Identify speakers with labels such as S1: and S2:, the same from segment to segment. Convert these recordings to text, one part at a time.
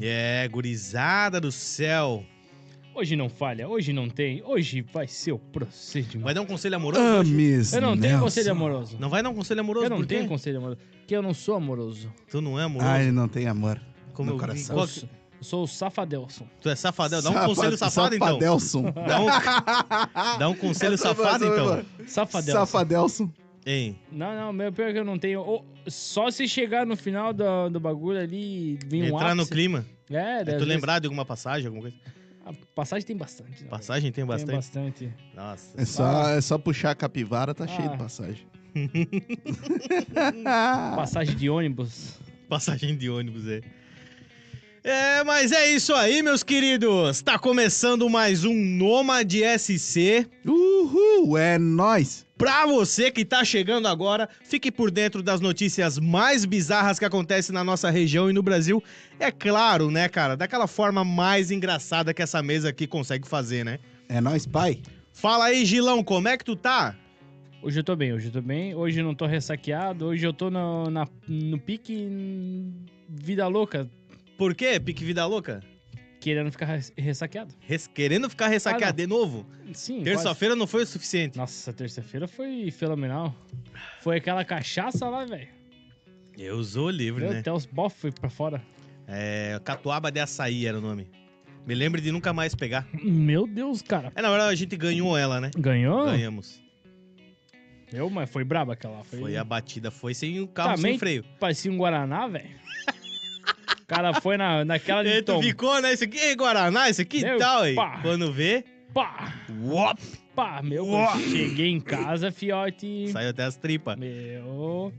S1: É, gurizada do céu.
S2: Hoje não falha, hoje não tem, hoje vai ser o procedimento.
S1: Vai dar um conselho amoroso? hoje?
S3: Ames
S2: Eu não
S3: Nelson.
S2: tenho conselho amoroso.
S1: Não vai dar um conselho amoroso?
S2: eu não
S1: por quê?
S2: tenho conselho amoroso. Porque eu não sou amoroso.
S1: Tu não é amoroso?
S3: Ah, ele não tem amor.
S1: Como
S3: no
S1: eu-
S3: coração.
S1: qual
S2: Eu
S1: que-
S2: sou, eu sou o Safadelson.
S1: Tu é safadão. Dá um conselho safado, então.
S3: Safadelson.
S1: Dá um, dá um conselho
S3: Essa foi-
S1: safado,
S3: essa foi
S1: então.
S2: Safadelson.
S3: Safadelson.
S1: Hein?
S2: Não, não, meu pior é que eu não tenho. Ou- só se chegar no final do, do bagulho ali, vir um
S1: Entrar no
S2: ápice.
S1: clima.
S2: É,
S1: É
S2: deve
S1: tu lembrar de alguma passagem, alguma coisa?
S2: A Ah, passagem tem bastante. né?
S1: Passagem tem
S2: Tem
S1: bastante.
S2: bastante.
S1: Nossa.
S3: É só, é só puxar a capivara, tá
S2: Ah.
S3: cheio de passagem.
S2: Passagem de ônibus.
S1: Passagem de ônibus, é. É, mas é isso aí, meus queridos. Tá começando mais um Nômade SC.
S3: Uhul, é nóis.
S1: Pra você que tá chegando agora, fique por dentro das notícias mais bizarras que acontecem na nossa região e no Brasil. É claro, né, cara? Daquela forma mais engraçada que essa mesa aqui consegue fazer, né?
S3: É nóis, pai.
S1: Fala aí, Gilão, como é que tu tá?
S2: Hoje eu tô bem, hoje eu tô bem. Hoje eu não tô ressaqueado, hoje eu tô no, na, no pique hum, vida louca,
S1: Por quê? Pique Vida Louca?
S2: querendo ficar res- ressaqueado.
S1: Res- Querendo ficar
S2: Ah,
S1: ressaqueado de
S2: não.
S1: novo?
S2: Sim, quase.
S1: Terça-feira não foi o suficiente.
S2: Nossa, terça-feira foi fenomenal. Foi aquela cachaça lá, velho.
S1: Eu usou livre,
S2: Deu
S1: né?
S2: Até os bofos foi pra fora.
S1: É, Catuaba de Açaí era o nome. Me lembre de nunca mais pegar.
S2: Meu Deus, cara.
S1: É, na verdade, a gente ganhou ela, né?
S2: Ganhou?
S1: Ganhamos.
S2: Eu, mas foi braba aquela. lá, Foi, Tá,
S1: Foi a batida, foi sem o carro,
S2: Também
S1: sem freio.
S2: Parecia um Guaraná, velho. O cara foi na, naquela
S1: E
S2: de
S1: aí tu
S2: tom.
S1: ficou, né? Isso aqui é Guaraná, isso aqui e
S2: Então. Meu
S1: tal, aí.
S2: pá.
S1: Quando vê,
S2: Pá,
S1: uop,
S2: pá, meu.
S1: Uó.
S2: Cheguei em casa, fiote.
S1: saiu até as tripas.
S2: Meu.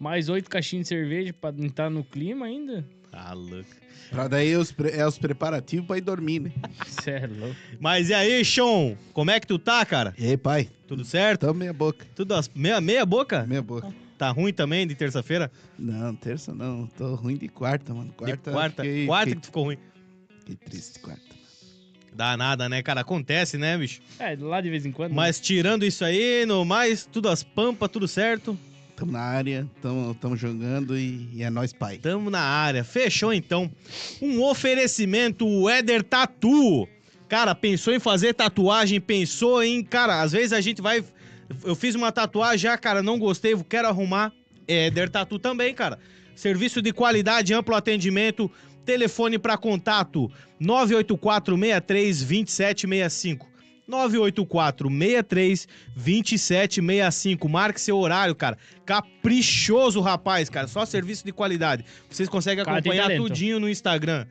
S2: Mais oito caixinhas de cerveja pra entrar no clima ainda?
S1: Tá louco.
S3: Pra daí os pre- é os preparativos pra ir dormir, né?
S2: Cê é louco.
S1: Mas e aí, Sean? Como é que tu tá, cara?
S3: E aí, pai?
S1: Tudo certo?
S3: Toma minha Então, boca.
S1: Tudo as... meia, meia boca?
S3: Minha boca.
S1: Tá ruim também de terça-feira?
S3: Não, terça não. Tô ruim de quarta, mano.
S1: De
S3: Quarta.
S1: quarta?
S3: fiquei-
S1: Quarta que
S3: Fiquei,
S1: tu ficou ruim.
S3: fiquei triste, quarta.
S1: Dá nada, né, cara? Acontece, né, bicho?
S2: É, lá de vez em quando.
S1: Mas tirando isso aí, no mais, tudo as pampas, tudo certo.
S3: Tamo na área, tamo, tamo jogando e, e é nóis, pai.
S1: Tamo na área. Fechou então. Um oferecimento o Éder Tatu. Cara, pensou em fazer tatuagem, pensou em, cara, às vezes a gente vai eu fiz uma tatuagem, ah, cara, não gostei, quero arrumar. É, Éder Tatu também, cara. Serviço de qualidade, amplo atendimento. Telefone para contato 984-63-2765. 984-63-2765. Marque seu horário, cara. Caprichoso, rapaz, cara. Só serviço de qualidade. Vocês conseguem
S2: Cara, tem
S1: acompanhar
S2: talento.
S1: tudinho no Instagram.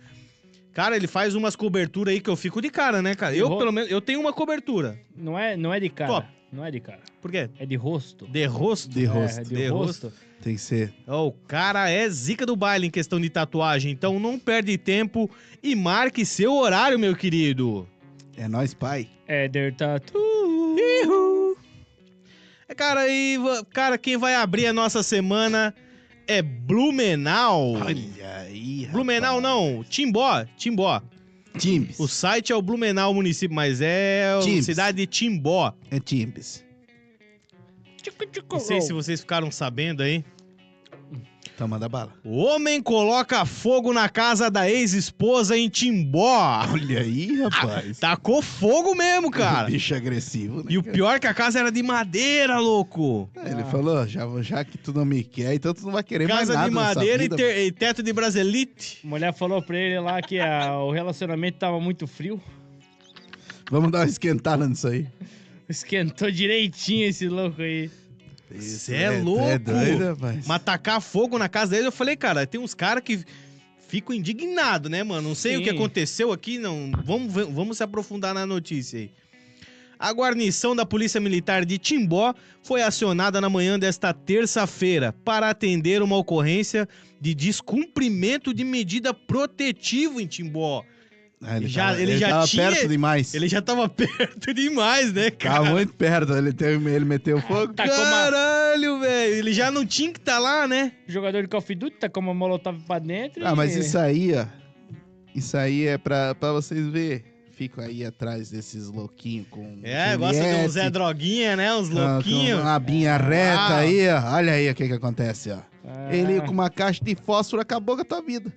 S1: Cara, ele faz umas coberturas aí que eu fico de cara, né, cara?
S2: De
S1: Eu,
S2: ro-
S1: pelo menos, eu tenho uma cobertura.
S2: Não é, não é de cara.
S1: Top.
S2: Não é de cara.
S1: Por quê?
S2: É de rosto.
S1: De rosto?
S3: De rosto.
S2: É, de,
S1: de
S2: rosto.
S3: Tem que ser.
S1: Ó, o cara é zica do baile em questão de tatuagem, então não perde tempo e marque seu horário, meu querido.
S3: É nóis, pai.
S2: Éder Tatu.
S1: É, Cara, e va- cara, quem vai abrir a nossa semana é Blumenau.
S3: Olha aí, rapaz.
S1: Blumenau não, Timbó, Timbó.
S3: Timbes.
S1: O site é o Blumenau município, mas é a
S3: Timbs.
S1: cidade de Timbó.
S3: É Timbes.
S2: Tchicu, tchicu,
S1: Não sei se
S2: roll.
S1: vocês ficaram sabendo aí. Então
S3: Toma da bala.
S1: O homem coloca fogo na casa da ex-esposa em Timbó.
S3: Olha aí, rapaz.
S1: Tacou fogo mesmo, Ah, tá, cara.
S3: Bicho agressivo, né?
S1: E o
S3: cara?
S1: pior é que a casa era de madeira, louco.
S3: É, Ele falou, já, já que tu não me quer, então tu não vai querer mais
S1: Casa
S3: nada
S1: de
S3: nessa
S1: madeira e,
S3: vida.
S1: ter- e teto de braselite.
S2: A mulher falou pra ele lá que a- o relacionamento tava muito frio.
S3: Vamos dar uma esquentada nisso aí.
S2: Esquentou direitinho esse louco aí.
S1: Cê é
S3: tu É
S1: louco.
S3: doido, rapaz.
S1: Mas tacar fogo na casa dele, eu falei, cara, tem uns caras que ficam indignados, né, mano? Não sei o que
S2: Sim.
S1: aconteceu aqui, não. Vamos, ver- vamos se aprofundar na notícia aí. A guarnição da Polícia Militar de Timbó foi acionada na manhã desta terça-feira para atender uma ocorrência de descumprimento de medida protetiva em Timbó.
S3: Ah, ele
S1: já-
S3: tava,
S1: ele já
S3: tava
S1: tinha-
S3: perto demais.
S1: Ele já tava perto demais, né, cara?
S3: Tava muito perto. Ele, teve, ele meteu fogo.
S2: Tá com uma-
S1: Caralho, velho. Ele já não tinha que estar lá, né?
S2: Jogador de Call of Duty tá com uma molotov pra dentro.
S3: Ah,
S2: e-
S3: mas isso aí, ó. Isso aí é pra, pra vocês ver. Fico aí atrás desses louquinhos com.
S1: É,
S3: com
S1: gosta de
S3: Yeti,
S1: uns Zé Droguinha, né? Uns
S3: Tá com- com
S1: louquinhos.
S3: Uma abinha reta
S1: Ah. É.
S3: aí, ó. Olha aí o que que acontece, ó.
S2: Ah,
S3: Ele com uma caixa de fósforo acabou com a tua vida.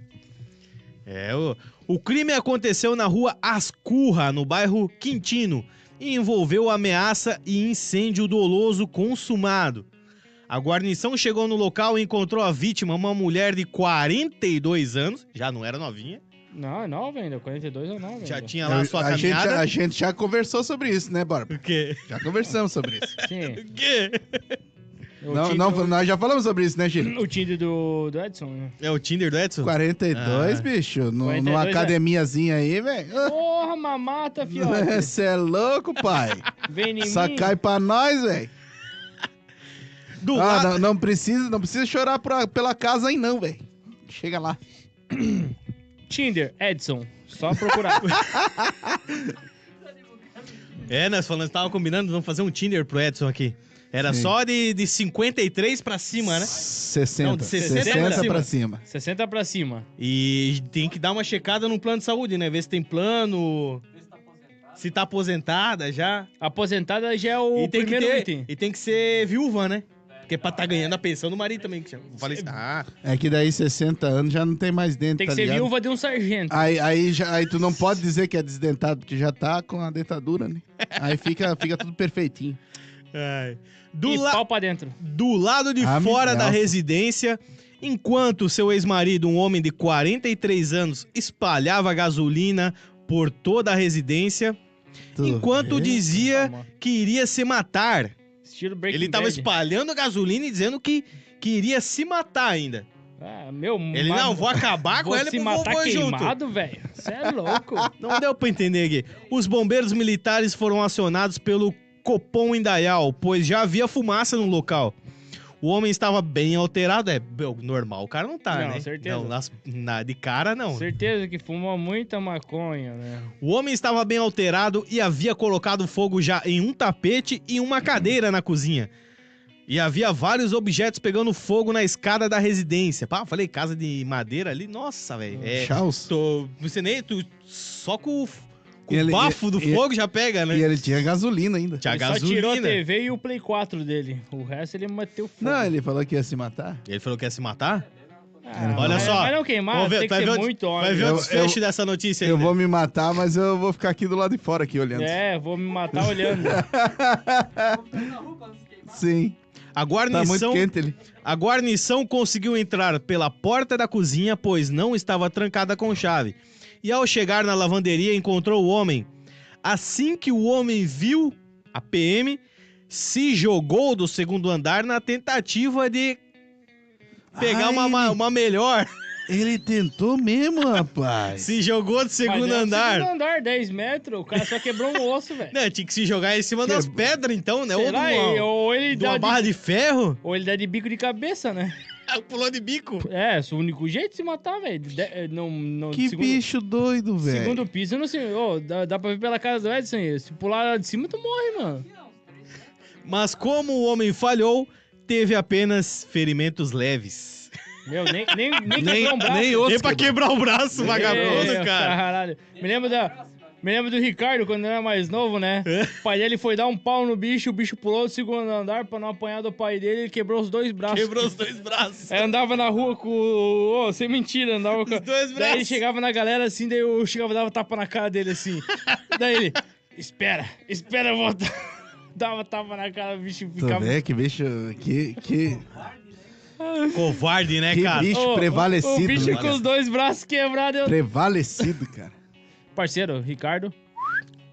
S1: É, o, o crime aconteceu na rua Ascurra, no bairro Quintino, e envolveu ameaça e incêndio doloso consumado. A guarnição chegou no local e encontrou a vítima, uma mulher de 42 anos, já não era novinha,
S2: Não, é nova ainda. 42 é nova ainda.
S1: já tinha lá
S3: Eu-
S1: sua
S3: a, gente,
S1: caminhada.
S3: a gente já conversou sobre isso, né, Barba?
S1: O quê?
S3: Já conversamos sobre isso.
S2: Sim.
S1: O quê?
S2: O
S3: não, não,
S2: Tinder-
S3: nós já falamos sobre isso, né, Gil?
S2: O Tinder do, do Edson, né?
S1: É o Tinder do Edson?
S3: 42,
S1: Ah.
S3: bicho. no-
S2: 42
S3: numa
S2: é.
S3: academiazinha aí, velho.
S2: Porra, mamata, fiote.
S3: Você é louco, pai.
S2: Vem em
S3: Só
S2: mim.
S3: cai pra nós, velho.
S1: Do
S3: Ah,
S1: lado-
S3: não, não precisa, não precisa chorar pra- pela casa aí, não, velho. Chega lá.
S2: Tinder, Edson. Só procurar.
S1: É, nós falando, tava combinando, vamos fazer um Tinder pro Edson aqui. Era
S3: Sim.
S1: só de, de 53 pra cima, né?
S3: 60.
S1: Não, de
S3: 60,
S1: 60
S3: pra cima.
S2: 60 pra cima.
S1: E tem que dar uma checada no plano de saúde, né? Ver se tem plano. Se tá aposentada já.
S2: Aposentada já é o
S1: e, tem que
S2: primeiro
S1: ter-
S2: item.
S1: e tem que ser viúva, né? Porque é pra tá ganhando a pensão do marido também. Que já, falei assim, ah,
S3: É que daí 60 anos já não tem mais dente,
S2: Tem que
S3: tá
S2: ser
S3: ligado?
S2: viúva de um sargento.
S3: Aí, aí, já- aí tu não pode dizer que é desdentado, porque já tá com a dentadura, né? Aí fica, fica tudo perfeitinho.
S1: ai. Do,
S2: e
S1: la-
S2: pau pra dentro.
S1: do lado de
S3: Ah,
S1: fora
S3: Miguel.
S1: da residência, enquanto seu ex-marido, um homem de 43 anos, espalhava gasolina por toda a residência,
S3: Tu
S1: enquanto
S3: vê?
S1: dizia que iria se matar.
S2: Estilo Breaking
S1: Ele tava
S2: Bad.
S1: espalhando gasolina e dizendo que, que iria se matar ainda.
S2: Ah, meu
S1: Ele,
S2: ma-
S1: não, vou acabar com
S2: vou
S1: ela e
S2: se
S1: vou
S2: matar
S1: vou é junto.
S2: queimado, velho. Você é louco.
S1: Não deu pra entender aqui. Os bombeiros militares foram acionados pelo Copom Indaial, pois já havia fumaça no local. O homem estava bem alterado, é bem normal, o cara não tá,
S2: Não,
S1: né?
S2: certeza.
S1: Não, nas- na- de cara não. né?
S2: Certeza que fumou muita maconha, né?
S1: O homem estava bem alterado e havia colocado fogo já em um tapete e uma cadeira na cozinha. E havia vários objetos pegando fogo na escada da residência. Pá, falei, casa de madeira ali, nossa, velho. É,
S3: Charles.
S1: Tô, você nem. Tu, só com, o f- com o
S3: Ele-
S1: bafo do
S3: ele-
S1: fogo já pega, né?
S3: E ele tinha gasolina ainda.
S1: Tinha
S2: ele só tirou a
S1: gasolina. Ele,
S2: TV e o Play 4 dele. O resto ele meteu fogo.
S3: Não, ele falou que ia se matar.
S1: falou que ia se matar?
S2: Ah,
S1: Olha
S2: mas-
S1: só.
S2: Mas não queimar,
S1: Vamos ver,
S2: tem que
S1: vai
S2: ser
S1: ver onde-
S2: muito
S1: Vai
S2: homem.
S1: ver
S3: Eu-
S1: o desfecho dessa notícia aí. né?
S3: Eu vou me matar, mas eu vou ficar aqui do lado de fora, aqui olhando.
S2: É, vou me matar olhando.
S3: Sim.
S1: A
S3: Tá muito
S1: guarnição,
S3: quente ele.
S1: a guarnição conseguiu entrar pela porta da cozinha, pois não estava trancada com chave. E ao chegar na lavanderia, encontrou o homem. Assim que o homem viu a PM, se jogou do segundo andar na tentativa de pegar
S3: Ah,
S1: uma, ma-
S3: ele-
S1: uma melhor.
S3: Ele tentou mesmo, rapaz.
S1: Se jogou do
S2: Mas
S1: segundo
S2: é o
S1: andar.
S2: Segundo andar, 10 metros. O cara só quebrou um osso, velho.
S1: Não, tinha que se jogar em cima das
S3: Que-
S1: pedras, então, né?
S2: Sei
S1: Ou
S2: lá,
S1: de uma,
S2: e- ou ele
S1: de
S2: dá
S1: uma
S2: de,
S1: barra de ferro.
S2: ou ele dá de bico de cabeça, né?
S1: Pulou de bico.
S2: É, esse é o único jeito de se matar, velho. De- é, Não, não,
S3: Que
S2: segundo,
S3: bicho doido, velho.
S2: Segundo piso, eu não sei. Ô, dá, dá pra ver pela casa do Edson aí. Se pular lá de cima, tu morre, mano.
S1: Mas como o homem falhou, teve apenas ferimentos leves.
S2: Meu, nem, nem, nem, É,
S3: Nem-
S2: quebrou um braço.
S3: nem outro.
S1: Nem pra quebrar o braço, vagabundo,
S2: Meu
S1: cara.
S2: Caralho. Me lembro, da, me lembro do Ricardo quando era mais novo, né?
S1: É?
S2: O pai dele foi dar um pau no bicho, o bicho pulou do segundo andar pra não apanhar do pai dele, ele quebrou os dois braços.
S1: Quebrou os dois braços.
S2: Aí andava na rua com. o. ô, sem mentira, andava com.
S1: Os dois
S2: Daí ele
S1: braços.
S2: chegava na galera assim, daí eu chegava e dava tapa na cara dele assim. daí ele, espera, espera eu voltar. Dava tapa na cara, o bicho
S3: Tu
S2: ficava.
S3: vê que bicho. Que, que,
S1: Covarde, né,
S3: que
S1: cara?
S3: bicho
S2: É, Ô,
S3: prevalecido,
S2: O
S3: né,
S2: bicho com
S3: cara?
S2: os dois braços quebrados. eu-
S3: Prevalecido, cara.
S2: Parceiro, Ricardo,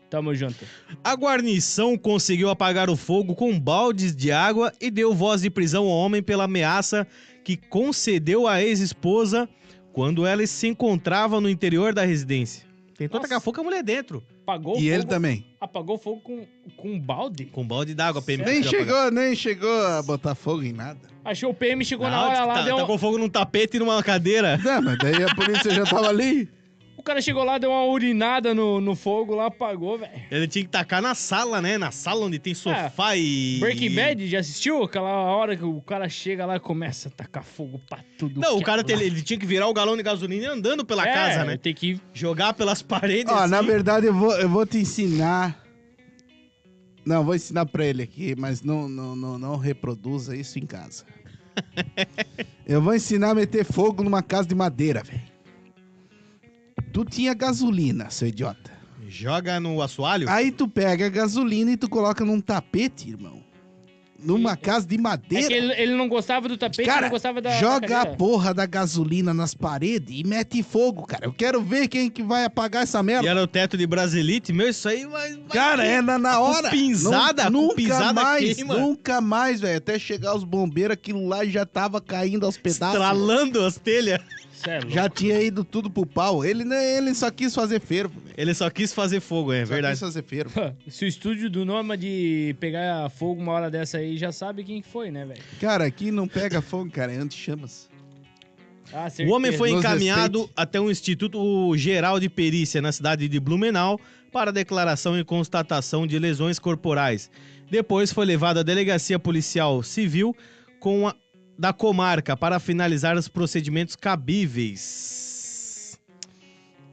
S2: tamo junto.
S1: A guarnição conseguiu apagar o fogo com baldes de água e deu voz de prisão ao homem pela ameaça que concedeu à ex-esposa quando ela se encontrava no interior da residência. Tentou
S2: Nossa.
S1: tacar fogo com a mulher dentro.
S2: Apagou o
S3: E ele
S2: fogo-
S3: também.
S2: Apagou o fogo com, com um balde.
S1: Com balde d'água, PM.
S2: É,
S3: Nem
S1: conseguiu apagar.
S3: chegou, nem chegou a botar fogo em nada.
S2: Achou o PM, chegou na
S1: Não,
S2: hora
S1: tá-
S2: lá, deu. um-
S1: Tacou fogo num tapete e numa cadeira.
S3: Não, mas daí é a polícia já tava ali.
S2: O cara chegou lá, deu uma urinada no, no fogo lá, apagou, velho.
S1: Ele tinha que tacar na sala, né? Na sala onde tem sofá e.
S2: É. Breaking Bad, já assistiu? Aquela hora que o cara chega lá e começa a tacar fogo pra tudo.
S1: Não,
S2: que
S1: o cara
S2: é
S1: tem-
S2: lá.
S1: ele tinha que virar o galão de gasolina e andando pela
S2: É,
S1: casa, né?
S2: Tem que
S1: Jogar pelas paredes.
S3: Ó, na
S1: assim.
S3: verdade eu vou, eu vou te ensinar. Não, vou ensinar pra ele aqui, mas não, não, não, não reproduza isso em casa. Eu vou ensinar a meter fogo numa casa de madeira, velho. Tu tinha gasolina, seu idiota.
S1: Joga no assoalho?
S3: Aí tu pega a gasolina e tu coloca num tapete, irmão. Numa casa de
S2: É
S3: madeira.
S2: que ele, ele não gostava do tapete,
S3: Cara,
S2: não gostava da. da
S3: Joga a
S2: cadeira.
S3: porra da gasolina nas paredes e mete fogo, cara. Eu quero ver quem que vai apagar essa merda.
S1: E era o teto de Brasilite, meu, isso aí vai. vai-
S3: é. Cara, é na, na hora.
S1: Com pinzada,
S3: Nu-
S1: com
S3: nunca
S1: pinzada
S3: mais,
S1: queima.
S3: Nunca mais, velho. Até chegar os bombeiros, aquilo lá já tava caindo aos pedaços.
S1: Estralando as telhas.
S2: Cê é louco.
S3: Já tinha ido tudo pro pau. Ele, né, ele só quis fazer fervo, velho.
S1: Ele só quis fazer fogo, é
S3: Só
S1: verdade.
S3: quis fazer fervo.
S2: Se o estúdio do Noma de pegar fogo uma hora dessa aí, já sabe quem que foi, né, velho?
S3: Cara, aqui não pega fogo, cara. É anti-chamas.
S2: Ah, certeza.
S1: O homem foi
S3: Nos
S1: encaminhado até um Instituto Geral de Perícia na cidade de Blumenau para declaração e constatação de lesões corporais. Depois foi levado à delegacia policial civil com a- da comarca para finalizar os procedimentos cabíveis.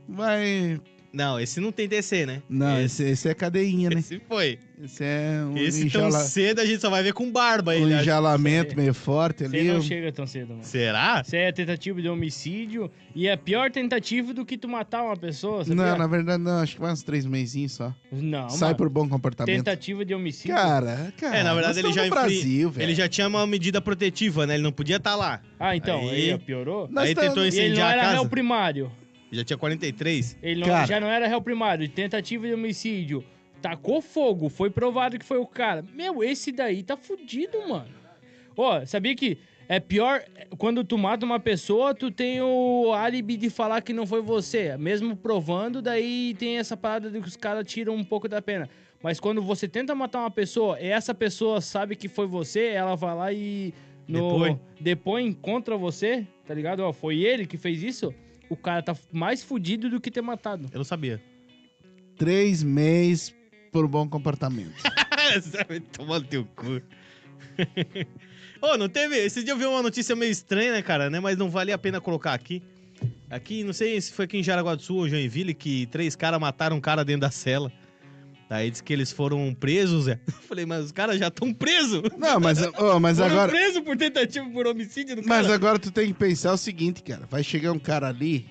S3: Vai.
S1: Não, esse não tem DC, né?
S3: Não,
S1: esse,
S3: esse, esse é cadeinha, né?
S1: esse foi.
S3: Esse é um
S1: Esse tão
S3: enjala-
S1: cedo a gente só vai ver com barba
S3: um
S1: ele. acha.
S3: enjalamento meio forte
S2: Você
S3: ali.
S2: não chega tão cedo, mano.
S1: Será?
S2: Isso aí é tentativa de homicídio e é a pior tentativa do que tu matar uma pessoa, sabia?
S3: Não, na verdade, não. Acho que mais uns três mesinhos só.
S2: Não,
S3: Sai
S2: mano.
S3: por bom comportamento.
S2: Tentativa de homicídio.
S3: Cara, cara.
S1: É, na verdade,
S3: Ah, nós
S1: ele
S3: estamos
S1: já
S3: no
S1: infri-
S3: Brasil, velho.
S1: Ele já tinha uma medida protetiva, né? Ele não podia estar lá.
S2: Ah, então,
S1: Aí-
S2: aí, ó, piorou?
S3: Nós
S1: Aí
S3: estamos-
S1: tentou
S2: E ele não
S1: incendiar a
S2: era réu
S1: casa.
S2: primário.
S1: Já tinha 43.
S2: Ele não-
S3: Cara.
S2: já não era réu primário. Tentativa de homicídio. Tacou fogo. Foi provado que foi o cara. Meu, esse daí tá fudido, mano. Ó, sabia que é pior quando tu mata uma pessoa, tu tem o álibi de falar que não foi você. Mesmo provando, daí tem essa parada de que os caras tiram um pouco da pena. Mas quando você tenta matar uma pessoa e essa pessoa sabe que foi você, ela vai lá e. No,
S1: Depõe.
S2: depõe contra você, tá ligado? Ó, foi ele que fez isso o cara tá mais fudido do que ter matado.
S1: Eu não sabia.
S3: Três meses por bom comportamento.
S1: Tomando teu cu. Ô, não teve. Esse dia eu vi uma notícia meio estranha, né, cara, né? Mas não valia a pena colocar aqui. Aqui, não sei se foi aqui em Jaraguá do Sul ou Joinville, que três caras mataram um cara dentro da cela. Daí diz que eles foram presos, Zé. Eu falei, mas os caras já estão presos.
S3: Não, mas, ô, mas
S1: foram
S3: agora.
S1: presos por tentativa por homicídio do
S3: Mas
S1: cara.
S3: agora tu tem que pensar o seguinte, cara. Vai chegar um cara ali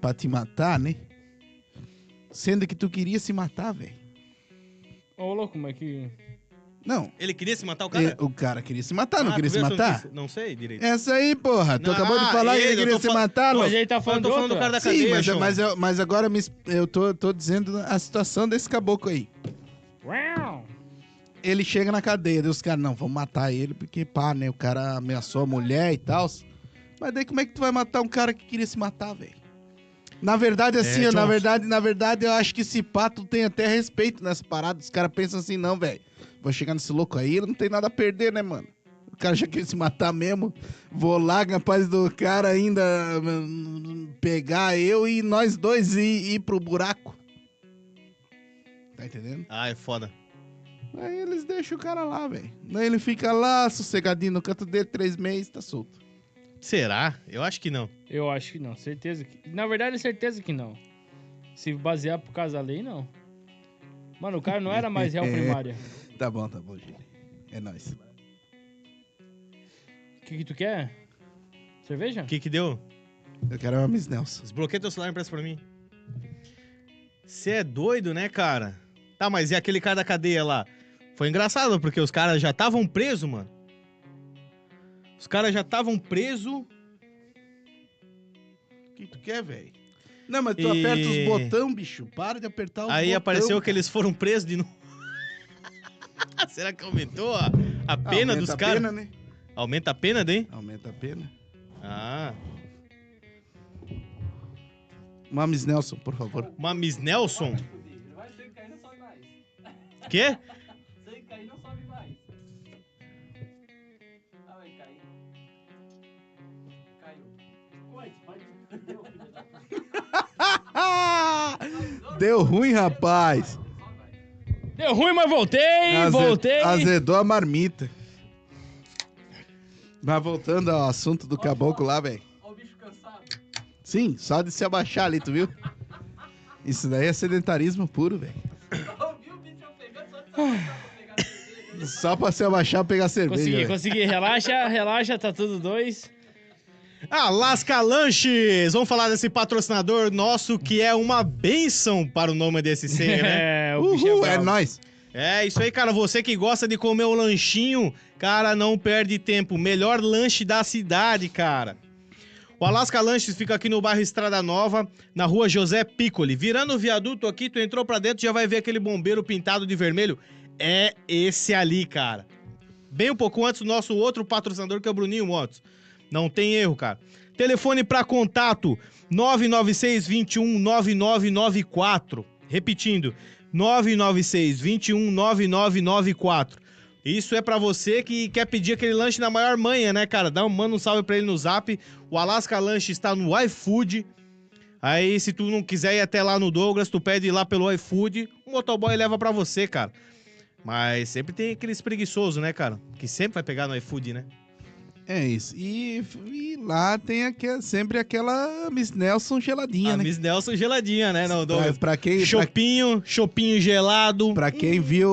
S3: pra te matar, né? Sendo que tu queria se matar, velho.
S2: Ô, louco, mas que.
S3: Não.
S1: Ele queria se matar o cara?
S3: e- O cara queria se matar, não
S1: Ah,
S3: queria
S1: tu
S3: se
S1: viu essa
S3: matar?
S1: notícia? Não sei direito.
S3: Essa aí, porra. Tu
S1: Não,
S3: acabou de
S1: ah,
S3: falar que
S1: ele,
S3: ele
S1: eu
S3: queria
S1: tô
S3: se
S1: fal-
S3: matar,
S2: Mas
S3: louco.
S2: ele tá
S1: eu
S2: falando,
S1: tô falando do cara da
S3: Sim,
S1: cadeia,
S3: mas, é
S1: João.
S3: mas, eu- mas agora me es- eu tô, tô dizendo a situação desse caboclo aí. Ele chega na cadeia, daí os caras, não, vamos matar ele, porque pá, né? O cara ameaçou a mulher e tal. Mas daí como é que tu vai matar um cara que queria se matar, velho? Na verdade, assim,
S1: É,
S3: ó, na
S1: Johnson.
S3: verdade, na verdade, eu acho que esse pato tem até respeito nessa parada. Os caras pensam assim, não, velho. Vou chegar nesse louco aí, ele não tem nada a perder, né, mano? O cara já queria se matar mesmo. Vou lá, capaz do cara ainda hum, pegar eu e nós dois e e ir pro buraco. Tá entendendo?
S1: Ah, é foda.
S3: Aí eles deixam o cara lá, velho. Daí ele fica lá, sossegadinho no canto dele, três meses, tá solto.
S1: Será? Eu acho que não.
S2: Eu acho que não, certeza que. Na verdade, certeza que não. Se basear por causa da lei, não. Mano, o cara não era mais real primário.
S3: Tá bom, tá bom, Gil. É nóis.
S2: O que, que tu quer? Cerveja?
S1: O que que deu?
S3: Eu quero uma Miss Nelson.
S1: Desbloqueia teu celular e empresta pra mim. Você é doido, né, cara? Tá, mas e aquele cara da cadeia lá? Foi engraçado, porque os caras já estavam presos, mano. Os caras já estavam presos.
S3: O que tu quer, velho? Não, mas tu
S1: E-
S3: aperta os botão, bicho. Para de apertar os
S1: Aí
S3: botão.
S1: apareceu que eles foram presos de novo. Será que aumentou a, a
S3: Ah,
S1: pena
S3: aumenta
S1: dos
S3: a
S1: caras?
S3: pena, né?
S1: Aumenta a pena, daí?
S3: Aumenta a pena.
S1: Ah.
S3: Uma Miss Nelson, por favor.
S1: Uma Miss Nelson? Quê?
S3: Ah! Deu ruim, rapaz.
S2: Deu ruim, mas voltei!
S3: Aze-
S2: Voltei!
S3: Azedou a marmita. Mas voltando ao assunto do caboclo lá, velho.
S4: Olha o bicho cansado.
S3: Sim, só de se abaixar ali, tu viu? Isso daí é sedentarismo puro, velho.
S4: Ouviu o bicho pegando só de sapato pra pegar cerveja.
S3: Só pra se abaixar pegar cerveja.
S2: Consegui,
S3: velho.
S2: consegui. Relaxa, relaxa, tá tudo dois.
S1: Ah, Lasca Lanches! Vamos falar desse patrocinador nosso que é uma benção para o nome desse ser, né?
S2: É, o bicho
S3: Uhul,
S2: é
S3: é
S2: brabo.
S3: nóis.
S1: É isso aí, cara. Você que gosta de comer o lanchinho, cara, não perde tempo. Melhor lanche da cidade, cara. O Alasca Lanches fica aqui no bairro Estrada Nova, na rua José Piccoli. Virando o viaduto aqui, tu entrou pra dentro, já vai ver aquele bombeiro pintado de vermelho. É esse ali, cara. Bem um pouco antes do nosso outro patrocinador, que é o Bruninho Motos. Não tem erro, cara. Telefone pra contato, 996 21 9994. Repetindo, 996 21 9994. Isso é pra você que quer pedir aquele lanche na maior manha, né, cara? Dá um, manda um salve pra ele no zap. O Alaska Lanche está no iFood. Aí, se tu não quiser ir até lá no Douglas, tu pede lá pelo iFood, o motoboy leva pra você, cara. Mas sempre tem aqueles preguiçosos, né, cara? Que sempre vai pegar no iFood, né?
S3: É isso. E, e lá tem aque- sempre aquela Miss Nelson geladinha,
S1: A
S3: né?
S1: Miss Nelson geladinha, né, não,
S3: Pra,
S1: Douglas?
S3: pra quem, pra,
S1: Chopinho, chopinho gelado.
S3: pra quem viu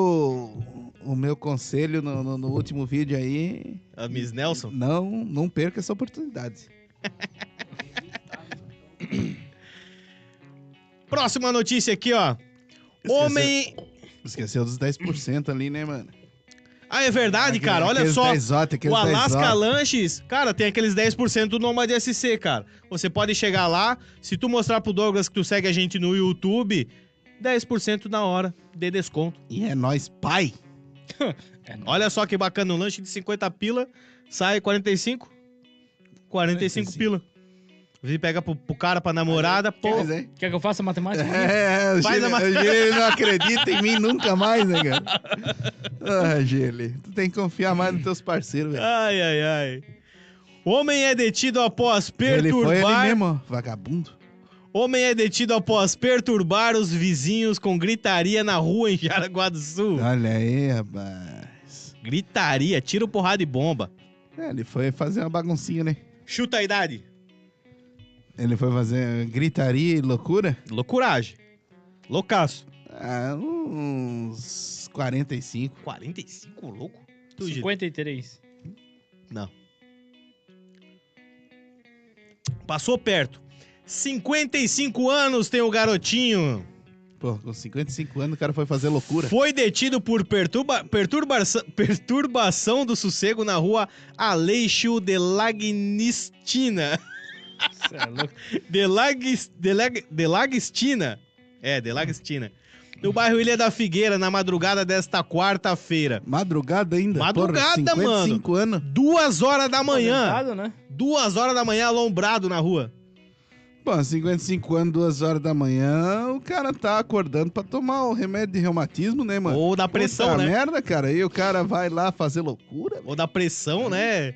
S3: o meu conselho no, no- no último vídeo aí,
S1: A Miss Nelson.
S3: não, não perca essa oportunidade.
S1: Próxima notícia aqui, ó.
S3: Esqueceu.
S1: Homem.
S3: Esqueceu dos 10% ali, né, mano?
S1: Ah, é verdade, cara. Olha
S3: Aqueles
S1: só.
S3: 10, aqueles
S1: O Alaska
S3: 10.
S1: Lanches, cara, tem aqueles 10% do Nomad SC, cara. Você pode chegar lá, se tu mostrar pro Douglas que tu segue a gente no YouTube, 10% na hora de desconto.
S3: E é nóis, pai.
S1: Olha só que bacana, um lanche de 50 pila, sai 45? 45,
S3: 45.
S1: pila. Você pega pro, pro cara, pra namorada, pô.
S3: Pois é.
S2: Quer que eu faça matemática?
S3: É, o
S1: Faz
S3: Gele,
S1: a ma-
S3: o Gele não acredita em mim nunca mais, né, cara? Ah, Gele, tu tem que confiar mais nos teus parceiros, velho.
S1: Ai, ai, ai. Homem é detido após
S3: Ele foi ele
S1: perturbar
S3: mesmo, ó, vagabundo.
S1: Homem é detido após perturbar os vizinhos com gritaria na rua em Jaraguá do Sul.
S3: Olha aí, rapaz.
S1: Gritaria, tiro, porrada e bomba.
S3: É, ele foi fazer uma baguncinha, né?
S1: Chuta a idade.
S3: Ele foi fazer gritaria e loucura?
S1: Loucuragem. Loucaço.
S3: Ah, uns 45.
S1: 45, louco? Tu, Gil?
S2: 53.
S1: Não. Passou perto. 55 anos tem o garotinho.
S3: Pô, com 55 anos o cara foi fazer loucura.
S1: Foi detido por perturba, perturbação, perturbação do sossego na rua Aleixo de Lagnistina.
S2: Cê é louco.
S1: De, Lagis, de, Lag, de Lagistina. É, de Lagistina. No bairro Ilha da Figueira, na madrugada desta quarta-feira.
S3: Madrugada ainda.
S1: Madrugada,
S3: porra, 55 anos.
S1: Duas horas da manhã.
S2: Aposentado, né?
S1: Duas horas da manhã, alombrado na rua.
S3: Bom, 55 anos, 2 horas da manhã, o cara tá acordando pra tomar o remédio de reumatismo, né, mano?
S1: Ou da pressão,
S3: Puta
S1: né?
S3: merda, cara. E o cara vai lá fazer loucura.
S1: Ou da pressão, né?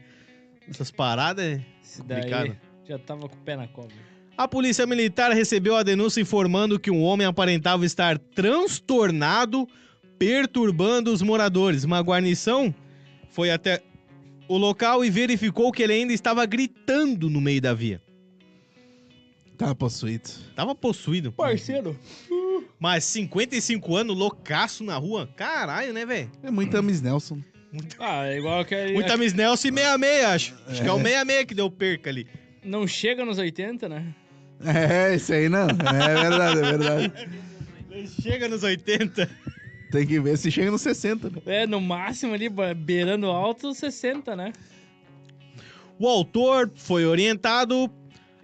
S1: Essas paradas. né?
S2: Esse daí
S1: Complicado.
S2: já tava com o pé na cobra.
S1: A polícia militar recebeu a denúncia informando que um homem aparentava estar transtornado, perturbando os moradores. Uma guarnição foi até o local e verificou que ele ainda estava gritando no meio da via.
S3: Tá possuído.
S1: Tava possuído.
S2: Parceiro.
S1: Mas 55 anos, loucaço na rua. Caralho, né, velho?
S3: É muito Miss Nelson.
S2: Ah, é igual que a-
S1: Muita Miss Nelson e 66, acho. Acho que é o 66 que deu perca ali.
S2: não chega nos 80, né?
S3: É, isso aí não. É verdade, é verdade.
S1: Chega nos 80.
S3: Tem que ver se chega nos 60, né?
S2: É, no máximo ali, ba- beirando alto, 60, né?
S1: O autor foi orientado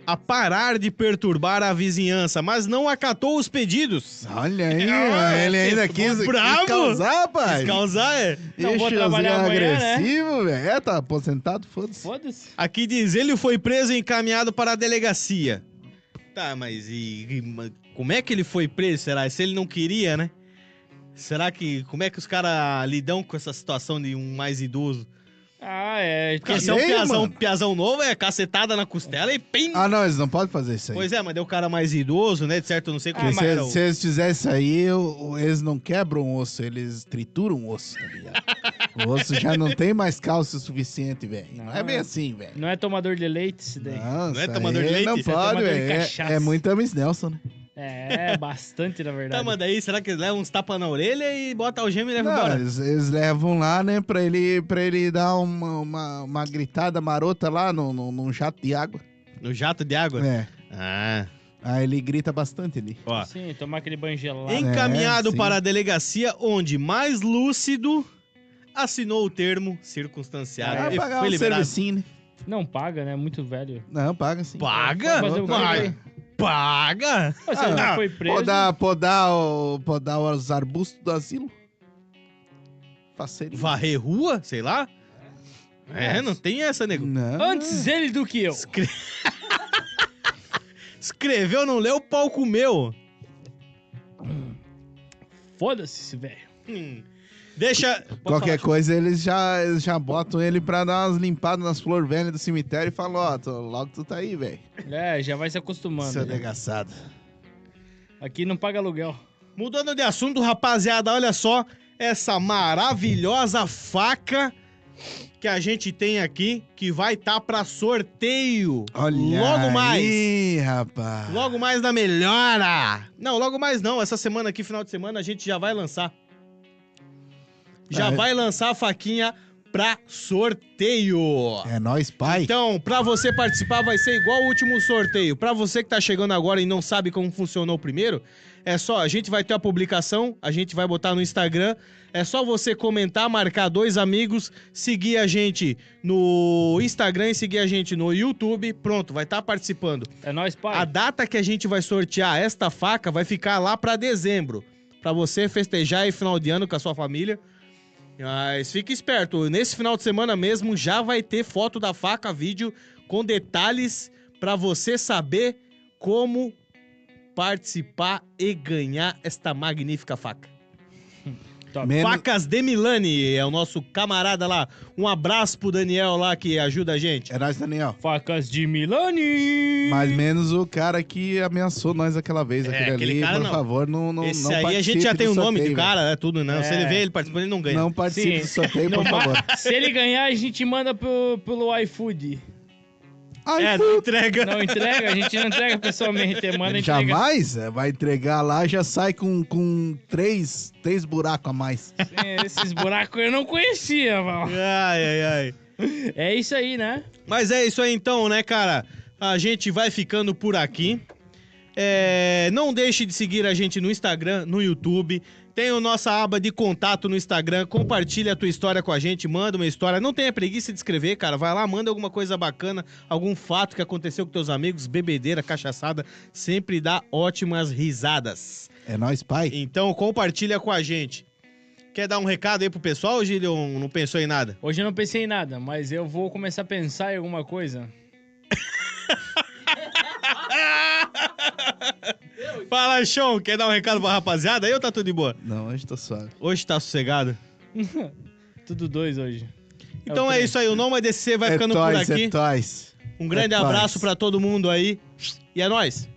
S1: a parar de perturbar a vizinhança, mas não acatou os pedidos.
S3: Olha aí,
S1: Ah,
S3: ó, ele ainda
S1: ficou
S3: quis, quis
S1: bravo.
S3: causar, pai.
S1: Quis causar, é.
S2: Não vou
S3: Ixi,
S2: trabalhar
S3: os
S2: amanhã, né?
S3: agressivo, velho. É, tá aposentado, foda-se.
S2: Foda-se.
S1: Aqui diz, ele foi preso e encaminhado para a delegacia. Tá, mas e, e ma- como é que ele foi preso, será? Se ele não queria, né? Será que... Como é que os caras lidam com essa situação de um mais idoso?
S2: Ah, é.
S1: Porque se é
S2: Cadê?
S1: um
S3: Cadê,
S1: piazão,
S3: mano?
S1: piazão novo, é cacetada na costela e pim!
S3: Ah, não, eles não podem fazer isso aí.
S1: pois é, mas deu o cara mais idoso, né? De certo, eu não sei como
S2: Ah,
S1: é
S3: Porque
S1: que
S2: mas-
S1: era o...
S3: se, se eles fizessem aí, o- o- eles não quebram o osso, eles trituram o osso, tá ligado? o osso já não tem mais cálcio suficiente, velho. Não, é
S2: Não.
S3: bem assim, velho.
S2: Não é tomador de leite esse daí.
S3: Não,
S1: Não é
S3: isso
S1: tomador de
S3: aí
S1: leite?
S3: Não
S1: Isso é
S3: pode,
S2: tomador de
S3: velho. É,
S2: cachaça.
S3: é muito Amis Nelson, né?
S2: É, bastante, na verdade.
S1: Tá, mas daí, será que eles levam uns tapas na orelha e bota a algema e leva
S3: Não,
S1: embora?
S3: eles, eles levam lá, né, pra ele, pra ele dar uma, uma, uma gritada marota lá no, no- num jato de água.
S1: No jato de água?
S3: É.
S1: Ah,
S3: Aí ele grita bastante ali.
S1: ó.
S2: Sim, tomar aquele banho gelado.
S1: Encaminhado
S3: É, sim.
S1: para a delegacia, onde mais lúcido assinou o termo circunstanciado
S3: Ah,
S1: e
S3: pagar
S1: foi
S3: um
S1: liberado.
S3: servicinho, né?
S2: Não paga, né? Muito velho.
S3: Não, paga sim.
S1: Paga?
S2: Vai fazer o quê?
S1: Paga? Paga?
S2: Mas se ele
S3: Ah,
S2: não foi preso.
S3: Podar, podar, o- podar os arbustos do asilo? Faceirinho.
S1: Varrer rua? Sei lá? É, não tem essa, nego.
S3: Não.
S2: Antes ele do que eu.
S1: Escre- Escreveu, não leu, o pau comeu.
S2: Foda-se esse velho.
S1: Hum. Deixa. Pode
S3: Qualquer coisa, eles já, eles já botam ele pra dar umas limpadas nas flores velhas do cemitério e falam, ó, tô- logo tu tá aí, velho.
S2: É, já vai se acostumando.
S3: Seu
S2: né?
S3: desgraçado.
S2: Aqui não paga aluguel.
S1: Mudando de assunto, rapaziada, olha só essa maravilhosa faca que a gente tem aqui, que vai estar tá para sorteio.
S3: Olha
S1: logo mais.
S3: aí, rapaz.
S1: Logo mais na melhora. Não, logo mais não. Essa semana aqui, final de semana, a gente já vai lançar. Já
S3: Ah, é.
S1: vai lançar a faquinha pra sorteio.
S3: É nóis, pai.
S1: Então, pra você participar vai ser igual o último sorteio. Pra você que tá chegando agora e não sabe como funcionou o primeiro, é só a gente vai ter a publicação, a gente vai botar no Instagram. É só você comentar, marcar dois amigos, seguir a gente no Instagram e seguir a gente no YouTube. Pronto, vai estar participando.
S2: É nóis, pai.
S1: A data que a gente vai sortear esta faca vai ficar lá pra dezembro, Pra você festejar aí final de ano com a sua família. Mas fique esperto, nesse final de semana mesmo já vai ter foto da faca, vídeo com detalhes pra você saber como participar e ganhar esta magnífica faca.
S3: Menos-
S1: Facas de Milani é o nosso camarada lá. Um abraço pro Daniel lá que ajuda a gente.
S3: É nóis, Daniel.
S2: Facas de Milani.
S3: Mais menos o cara que ameaçou nós aquela vez.
S1: É,
S3: aquele
S1: aquele
S3: ali,
S1: cara
S3: por
S1: não.
S3: favor, não não
S1: Esse
S3: não
S1: aí a gente
S3: participe
S1: já tem
S3: do
S1: o nome
S3: sorteio,
S1: do cara, né? Tudo, né? Se
S2: É.
S1: ele vê ele participando, ele não
S3: velho.
S1: ganha.
S3: Não participe
S2: Sim.
S3: do sorteio, por
S2: Não
S3: favor.
S2: Se ele ganhar, a gente manda pro, pelo iFood.
S3: Ai,
S1: É,
S3: fu-
S1: não entrega.
S2: Não entrega, a gente não entrega pessoalmente, manda entrega.
S3: Jamais é, vai entregar lá, já sai com, com três, três buracos a mais.
S2: É, Esses buracos eu não conhecia, mano.
S1: Ai, ai, ai.
S2: É isso aí, né?
S1: Mas é isso aí então, né, cara? A gente vai ficando por aqui. É, não deixe de seguir a gente no Instagram, no YouTube. Tem a nossa aba de contato no Instagram. Compartilha a tua história com a gente, manda uma história. Não tenha preguiça de escrever, cara. Vai lá, manda alguma coisa bacana, algum fato que aconteceu com teus amigos, bebedeira, cachaçada. Sempre dá ótimas risadas.
S3: É nóis, pai.
S1: Então compartilha com a gente. Quer dar um recado aí pro pessoal, Gilion? Não pensou em nada?
S2: Hoje eu não pensei em nada, mas eu vou começar a pensar em alguma coisa.
S1: Fala, Chão, quer dar um recado pra rapaziada? Eu tá tudo de boa.
S3: Não, hoje tô suave.
S1: Hoje tá sossegado.
S2: Tudo dois hoje.
S1: Então é,
S2: trem.
S1: isso aí, o Noma DCC vai
S3: é
S1: ficando
S3: tóis,
S1: por aqui.
S3: é tóis.
S1: um grande
S3: é
S1: abraço
S3: nóis.
S1: pra todo mundo aí. E é nóis.